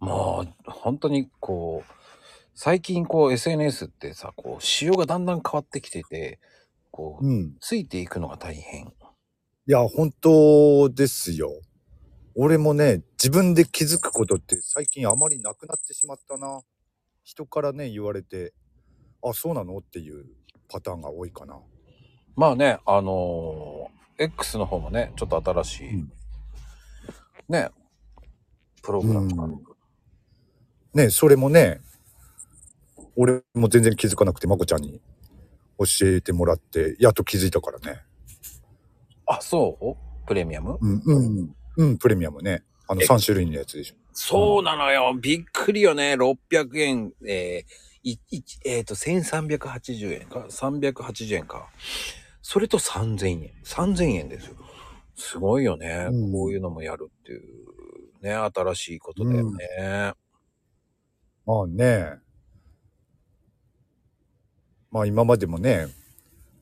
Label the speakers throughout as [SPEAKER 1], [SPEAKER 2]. [SPEAKER 1] まあ、本当にこう、最近こう SNS ってさ、こう、仕様がだんだん変わってきてて、こう、
[SPEAKER 2] うん。
[SPEAKER 1] ついていくのが大変。
[SPEAKER 2] いや、本当ですよ。俺もね、自分で気づくことって最近あまりなくなってしまったな。人からね、言われて、あ、そうなのっていうパターンが多いかな。
[SPEAKER 1] まあね、あのー X の方もね、ちょっと新しい、
[SPEAKER 2] うん
[SPEAKER 1] ね、プログラムがある
[SPEAKER 2] うね、それもね、俺も全然気づかなくて、まこちゃんに教えてもらって、やっと気づいたからね。
[SPEAKER 1] あ、そうプレミアム
[SPEAKER 2] うん、うん。うん、プレミアムね。あの、
[SPEAKER 1] え
[SPEAKER 2] 3種類のやつでしょ。
[SPEAKER 1] そうなのよ。びっくりよね。600円、えー、いいえー、と、1380円か ?380 円か。それと3000円。3000円ですよ。すごいよね。
[SPEAKER 2] うん
[SPEAKER 1] こういうのもやるっていう、ね、新しいことだよね。
[SPEAKER 2] まあね。まあ今までもね。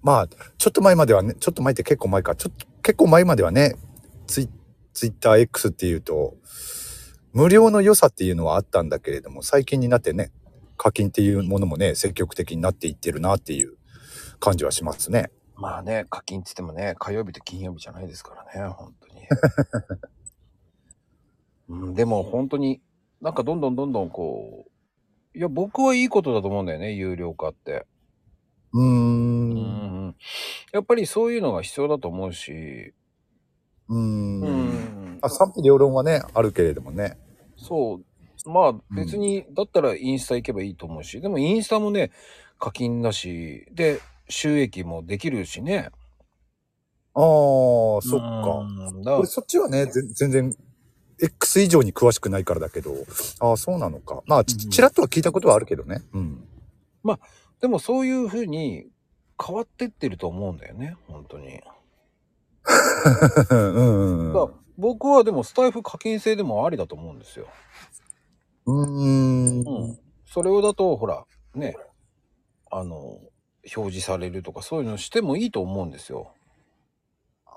[SPEAKER 2] まあ、ちょっと前まではね、ちょっと前って結構前か。ちょっと、結構前まではね、ツイツイッター X っていうと、無料の良さっていうのはあったんだけれども、最近になってね、課金っていうものもね、積極的になっていってるなっていう感じはしますね。
[SPEAKER 1] まあね、課金って言ってもね、火曜日と金曜日じゃないですからね、本 当に。うん、でも本当に、なんかどんどんどんどんこう、いや、僕はいいことだと思うんだよね、有料化って。
[SPEAKER 2] うー。
[SPEAKER 1] うんんやっぱりそういうのが必要だと思うし、
[SPEAKER 2] うーん。
[SPEAKER 1] うん
[SPEAKER 2] あ賛否両論はね、あるけれどもね。
[SPEAKER 1] そう、まあ別に、だったらインスタ行けばいいと思うし、でもインスタもね、課金だし、で、収益もできるしね。
[SPEAKER 2] ああ、そっか。
[SPEAKER 1] うん。だ
[SPEAKER 2] 俺そっちはね、ぜ全然、X 以上に詳しくないからだけど、ああ、そうなのか。まあ、
[SPEAKER 1] う
[SPEAKER 2] ち
[SPEAKER 1] ん
[SPEAKER 2] ちらっとは聞いたことはあるけどね。うん。
[SPEAKER 1] でもそういうふうに変わってってると思うんだよね、本当に。
[SPEAKER 2] うんうん
[SPEAKER 1] だから僕はでもスタイフ課金制でもありだと思うんですよ。
[SPEAKER 2] うん。う
[SPEAKER 1] う
[SPEAKER 2] ーん
[SPEAKER 1] ん。それをだと、ほら、ね、あの、表示されるとかそういうのしてもいいと思うんですよ。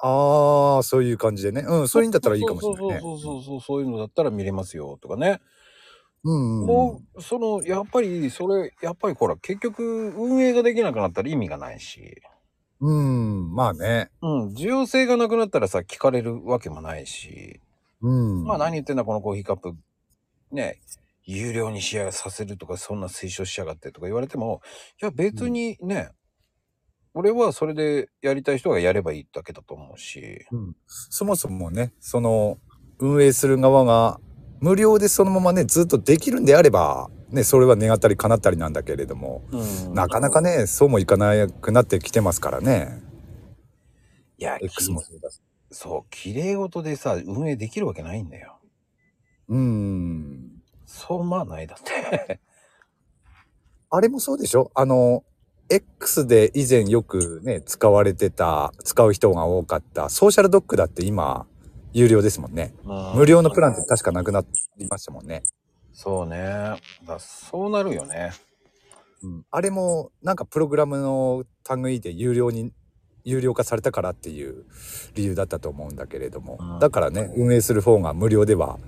[SPEAKER 2] ああ、そういう感じでね。うん、そういうんだったらいいかもしれないね。
[SPEAKER 1] そうそうそうそうそうそういうのだったら見れますよとかね。
[SPEAKER 2] うんうんうん
[SPEAKER 1] も。うそのやっぱりそれやっぱりほら結局運営ができなくなったら意味がないし、
[SPEAKER 2] うん、まあね。
[SPEAKER 1] うん需要性がなくなったらさ聞かれるわけもないし、
[SPEAKER 2] うん。
[SPEAKER 1] まあ何言ってんだこのコーヒーカップね有料にしやさせるとかそんな推奨しやがってとか言われてもいや別にね、俺はそれでやりたい人がやればいいだけだと思うし、
[SPEAKER 2] うん、そもそもね、その、運営する側が、無料でそのままね、ずっとできるんであれば、ね、それは願ったり叶ったりなんだけれども、
[SPEAKER 1] うん
[SPEAKER 2] なかなかね、そうもいかなくなってきてますからね。
[SPEAKER 1] いや
[SPEAKER 2] X もそうだし。
[SPEAKER 1] そう綺麗事でさ運営できるわけないんだよ。
[SPEAKER 2] うーん。
[SPEAKER 1] そうまあないだって。
[SPEAKER 2] あれもそうでしょあの、X で以前よくね、使われてた、使う人が多かった、ソーシャルドックだって今、有料ですもんね。無料のプランって確かなくなりましたもんね。
[SPEAKER 1] そうね。だからそうなるよね。
[SPEAKER 2] うん。あれも、なんかプログラムの類で有料に、有料化されたからっていう理由だったと思うんだけれども
[SPEAKER 1] うん。
[SPEAKER 2] だからね、運営する方が無料では、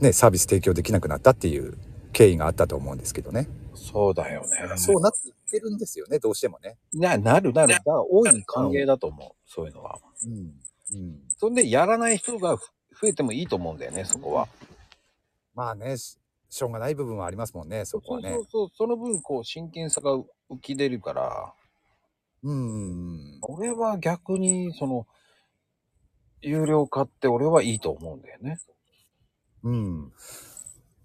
[SPEAKER 2] ね、サービス提供できなくなったっていう経緯があったと思うんですけどね。
[SPEAKER 1] そうだよね。
[SPEAKER 2] そうなっていってるんですよね、どうしてもね。
[SPEAKER 1] ななるなる。だから大いに歓迎だと思う。そういうのは。
[SPEAKER 2] うん。うん。
[SPEAKER 1] そんで、やらない人がふ増えてもいいと思うんだよね、そこは。
[SPEAKER 2] まあね、ししょうがない部分はありますもんね、そこ
[SPEAKER 1] そ
[SPEAKER 2] は
[SPEAKER 1] う
[SPEAKER 2] ね。
[SPEAKER 1] そうそう。その分、こう、真剣さが浮き出るから、
[SPEAKER 2] うんうん
[SPEAKER 1] 俺は逆に、その、有料化って俺はいいと思うんだよね。
[SPEAKER 2] うん。うん。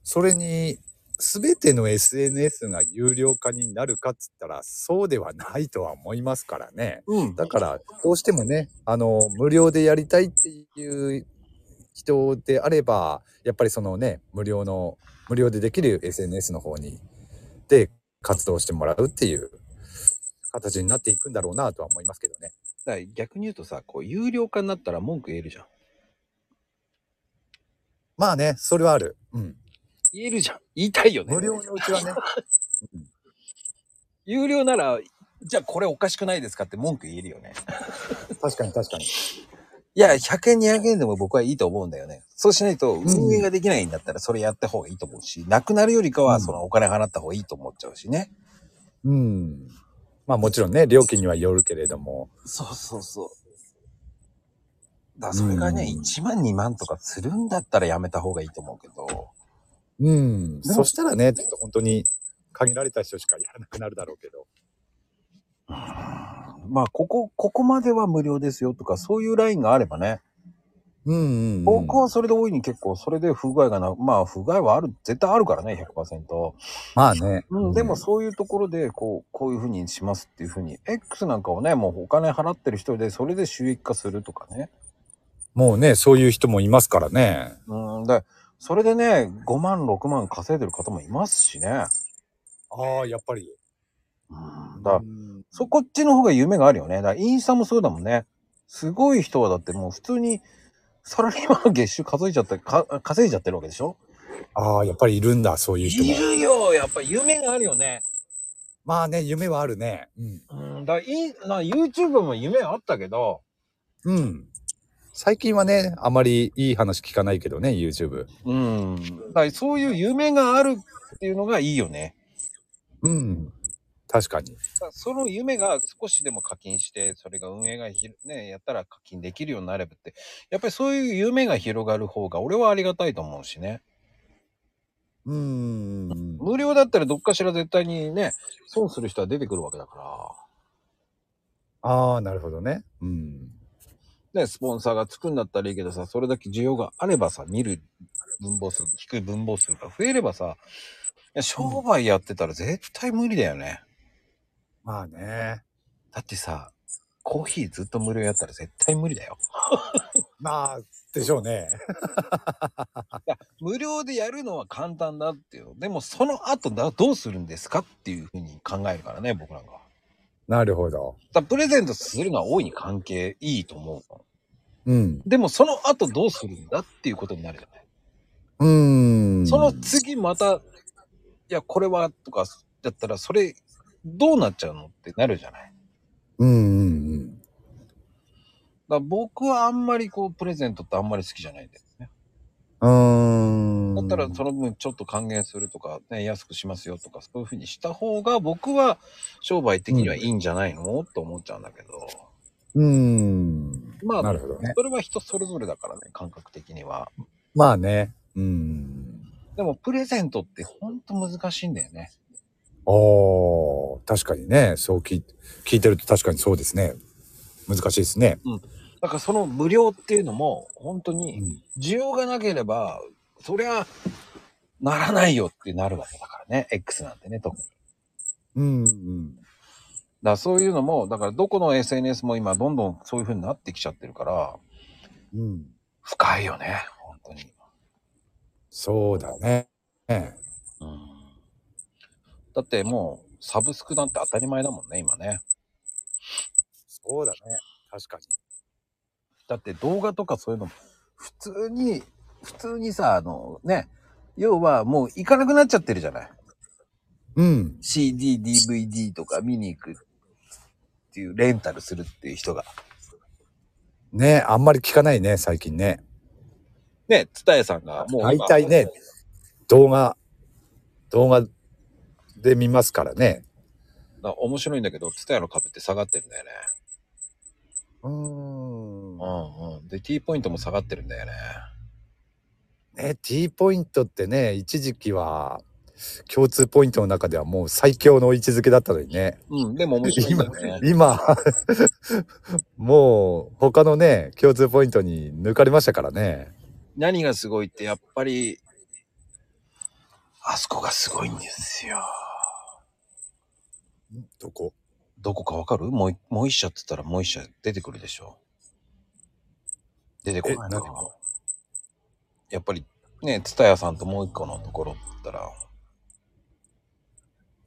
[SPEAKER 2] それに、すべての SNS が有料化になるかっつったら、そうではないとは思いますからね。
[SPEAKER 1] うん
[SPEAKER 2] だから、どうしてもね、あの、無料でやりたいっていう人であれば、やっぱりそのね、無料の、無料でできる SNS の方に、で、活動してもらうっていう形になっていくんだろうなとは思いますけどね。
[SPEAKER 1] だから逆に言うとさ、こう、有料化になったら文句言えるじゃん。
[SPEAKER 2] まあね、それはある。うん。
[SPEAKER 1] 言えるじゃん。言いたいよね。
[SPEAKER 2] 無料のうちはね。
[SPEAKER 1] 有料なら、じゃあこれおかしくないですかって文句言えるよね。
[SPEAKER 2] 確かに確かに。
[SPEAKER 1] いや、100円、200円でも僕はいいと思うんだよね。そうしないと、運営ができないんだったら、それやった方がいいと思うし、なくなるよりか
[SPEAKER 2] う
[SPEAKER 1] は、
[SPEAKER 2] ん
[SPEAKER 1] そのお金払った方がいいと思っちゃうしね。
[SPEAKER 2] うん。まあもちろんね、料金にはよるけれども。
[SPEAKER 1] そうそうそう。だからそれがね、
[SPEAKER 2] うん
[SPEAKER 1] 1万、2万とかするんだったらやめた方がいいと思うけど。
[SPEAKER 2] うん。そしたらね、ちょっと本当に限られた人しかやらなくなるだろうけど。
[SPEAKER 1] まあ、ここ、ここまでは無料ですよとか、そういうラインがあればね。
[SPEAKER 2] うんうん、うん。
[SPEAKER 1] 僕はそれで大いに結構、それで不具合がな、まあ、不具合はある、絶対あるからね、100%。
[SPEAKER 2] まあね。
[SPEAKER 1] うん、でもそういうところで、こう、こういうふうにしますっていうふうに、X なんかをね、もうお金払ってる人で、それで収益化するとかね。
[SPEAKER 2] もうね、そういう人もいますからね。
[SPEAKER 1] うん、で、それでね、5万、6万稼いでる方もいますしね。
[SPEAKER 2] ああ、やっぱり。
[SPEAKER 1] うん、だからそこっちの方が夢があるよね。だからインスタもそうだもんね。すごい人はだってもう普通にサラリーマンの月収数えちゃって、か稼いじゃってるわけでしょ
[SPEAKER 2] ああ、やっぱりいるんだ、そういう人も。
[SPEAKER 1] るよやっぱ夢があるよね。
[SPEAKER 2] まあね、夢はあるね。うん。
[SPEAKER 1] うん、だからインな YouTube も夢あったけど、
[SPEAKER 2] うん。最近はね、あまりいい話聞かないけどね、YouTube。
[SPEAKER 1] うん。だからそういう夢があるっていうのがいいよね。
[SPEAKER 2] うん。確かに。
[SPEAKER 1] だからその夢が少しでも課金して、それが運営がひ、ね、やったら課金できるようになればって、やっぱりそういう夢が広がる方が俺はありがたいと思うしね。
[SPEAKER 2] うん。
[SPEAKER 1] 無料だったらどっかしら絶対にね、損する人は出てくるわけだか
[SPEAKER 2] ああ、なるほどね。うん。
[SPEAKER 1] ら。ね、スポンサーがつくんだったらいいけどさ、それだけ需要があればさ、見る分母数、聞く分母数が増えればさ、いや商売やってたら絶対無理だよね。
[SPEAKER 2] まあね。
[SPEAKER 1] だってさ、コーヒーずっと無料やったら絶対無理だよ。
[SPEAKER 2] まあ、でしょうね。
[SPEAKER 1] 無料でやるのは簡単だっていう。でもその後だどうするんですかっていうふうに考えるからね、僕なんかは。
[SPEAKER 2] なるほど。
[SPEAKER 1] だからプレゼントするのは大いに関係いいと思うの。
[SPEAKER 2] うん。
[SPEAKER 1] でもその後どうするんだっていうことになるじゃない。
[SPEAKER 2] うん。
[SPEAKER 1] その次また、いや、これはとか、だったら、それ、どうなっちゃうのってなるじゃない。だか
[SPEAKER 2] うんうんうん。
[SPEAKER 1] ら僕はあんまりこう、プレゼントってあんまり好きじゃないんだよね。
[SPEAKER 2] うーん。
[SPEAKER 1] だったら、その分ちょっと還元するとか、ね、安くしますよとか、そういうふうにした方が、僕は商売的にはいいんじゃないの、と思っちゃうんだけど。
[SPEAKER 2] うん。
[SPEAKER 1] ま
[SPEAKER 2] なる
[SPEAKER 1] あ、
[SPEAKER 2] ほどね。
[SPEAKER 1] それは人それぞれだからね、感覚的には。
[SPEAKER 2] まあね。うん。
[SPEAKER 1] でも、プレゼントってほんと難しいんだよね。
[SPEAKER 2] ああ、確かにね。そう聞い聞いてると確かにそうですね。難しいですね。
[SPEAKER 1] だから、その無料っていうのも、本当に、
[SPEAKER 2] うん
[SPEAKER 1] 需要がなければ、そりゃ、ならないよってなるわけだからね。X なんてね、特に。だか
[SPEAKER 2] うんうん。
[SPEAKER 1] らそういうのも、だからどこの SNS も今どんどんそういう風になってきちゃってるから、
[SPEAKER 2] うん。
[SPEAKER 1] 深いよね、本当に。
[SPEAKER 2] そうだね。ね
[SPEAKER 1] うん。だってもう、サブスクなんて当たり前だもんね、今ね。
[SPEAKER 2] そうだね。確か
[SPEAKER 1] だって動画とかそういうのも、普通に、普通にさ、あのね、要はもう行かなくなっちゃってるじゃない。
[SPEAKER 2] に。うん。
[SPEAKER 1] CD、DVD とか見に行くっていう、レンタルするっていう人が。
[SPEAKER 2] ねあんまり聞かないね、最近ね。
[SPEAKER 1] ね、つたやさんがもう今。
[SPEAKER 2] 大体ね、動画、動画で見ますからね。
[SPEAKER 1] な面白いんだけど、つたやの株って下がってるんだよね。
[SPEAKER 2] うー
[SPEAKER 1] う
[SPEAKER 2] ん。
[SPEAKER 1] んうん。で、T ポイントも下がってるんだよね。
[SPEAKER 2] ね、T ポイントってね、一時期は、共通ポイントの中ではもう最強の位置づけだったのにね。
[SPEAKER 1] うん、でも面白いんだ
[SPEAKER 2] 今
[SPEAKER 1] よ、ね。
[SPEAKER 2] 今、もう他のね、共通ポイントに抜かれましたからね。
[SPEAKER 1] 何がすごいって、やっぱり、あそこがすごいんですよ。
[SPEAKER 2] どこ
[SPEAKER 1] どこかわかるもうい、もう一社って言ったらもう一社出てくるでしょ。出てこない
[SPEAKER 2] え
[SPEAKER 1] な
[SPEAKER 2] 何が。
[SPEAKER 1] やっぱり、ね、つたやさんともう一個のところって言ったら、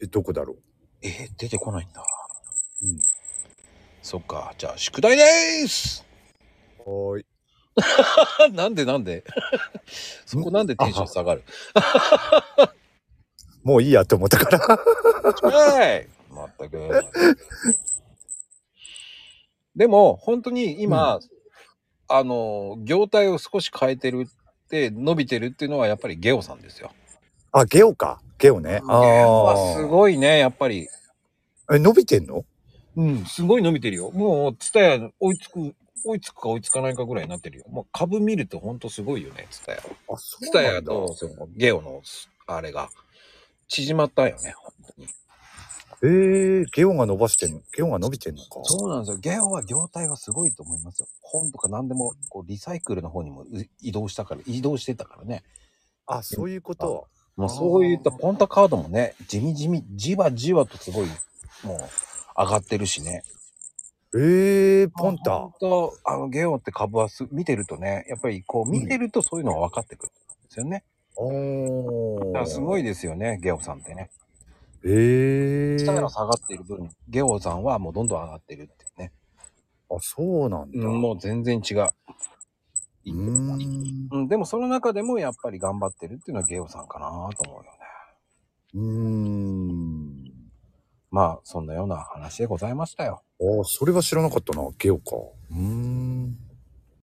[SPEAKER 2] え、どこだろ
[SPEAKER 1] えー出てこないんだ。
[SPEAKER 2] う、
[SPEAKER 1] そっか。じゃあ、宿題でーす
[SPEAKER 2] うん、はーい。
[SPEAKER 1] あ なんでなん でそこなんでテンション下がる
[SPEAKER 2] もういいやと思ったから。
[SPEAKER 1] はいまったく。 でも、本当に今、あの、業態を少し変えてるって、伸びてるっていうのはやっぱりゲオさんですよ。
[SPEAKER 2] あ、ゲオか。ゲオね。あ
[SPEAKER 1] ゲオはす
[SPEAKER 2] あ。
[SPEAKER 1] ごいね、やっぱり。
[SPEAKER 2] え、伸びてんの
[SPEAKER 1] うん、すごい伸びてるよ。もう、ツタヤ追いつく、追いつくか追いつかないかぐらいになってるよ。もう株見るとほんとすごいよね、ツタヤ。
[SPEAKER 2] あ、そ
[SPEAKER 1] ツタヤと、その、ゲオの、あれが、縮まったよね。
[SPEAKER 2] えー、ゲオが伸ばしてんのゲオが伸びてんのか。
[SPEAKER 1] そうなんですよ。ゲオは業態はすごいと思いますよ。本とか何でも、こう、リサイクルの方にもう移動したから、移動してたからね。
[SPEAKER 2] あ、そういうこと。
[SPEAKER 1] もう
[SPEAKER 2] あー
[SPEAKER 1] そういったポンタカードもね、地味地味、じわじわとすごい、もう、上がってるしね。
[SPEAKER 2] えー、ポンタ。
[SPEAKER 1] と、あの、ゲオって株はす見てるとね、やっぱりこう、見てるとそういうのが分かってくるんですよね。
[SPEAKER 2] お
[SPEAKER 1] だからすごい
[SPEAKER 2] ね。
[SPEAKER 1] ですよね、ゲオさんってね。
[SPEAKER 2] えー。
[SPEAKER 1] 下が下がっている分、ゲオさんはもうどんどん上がってるっていうね。
[SPEAKER 2] あ、そうなんだ。
[SPEAKER 1] うん、もう全然違う。
[SPEAKER 2] うーん。
[SPEAKER 1] うん、でもその中でもやっぱり頑張ってるっていうのはゲオさんかなと思うよね。
[SPEAKER 2] うーん。
[SPEAKER 1] まあ、そんなような話でございましたよ。
[SPEAKER 2] ああ、それは知らなかったな。ゲオか。うーん。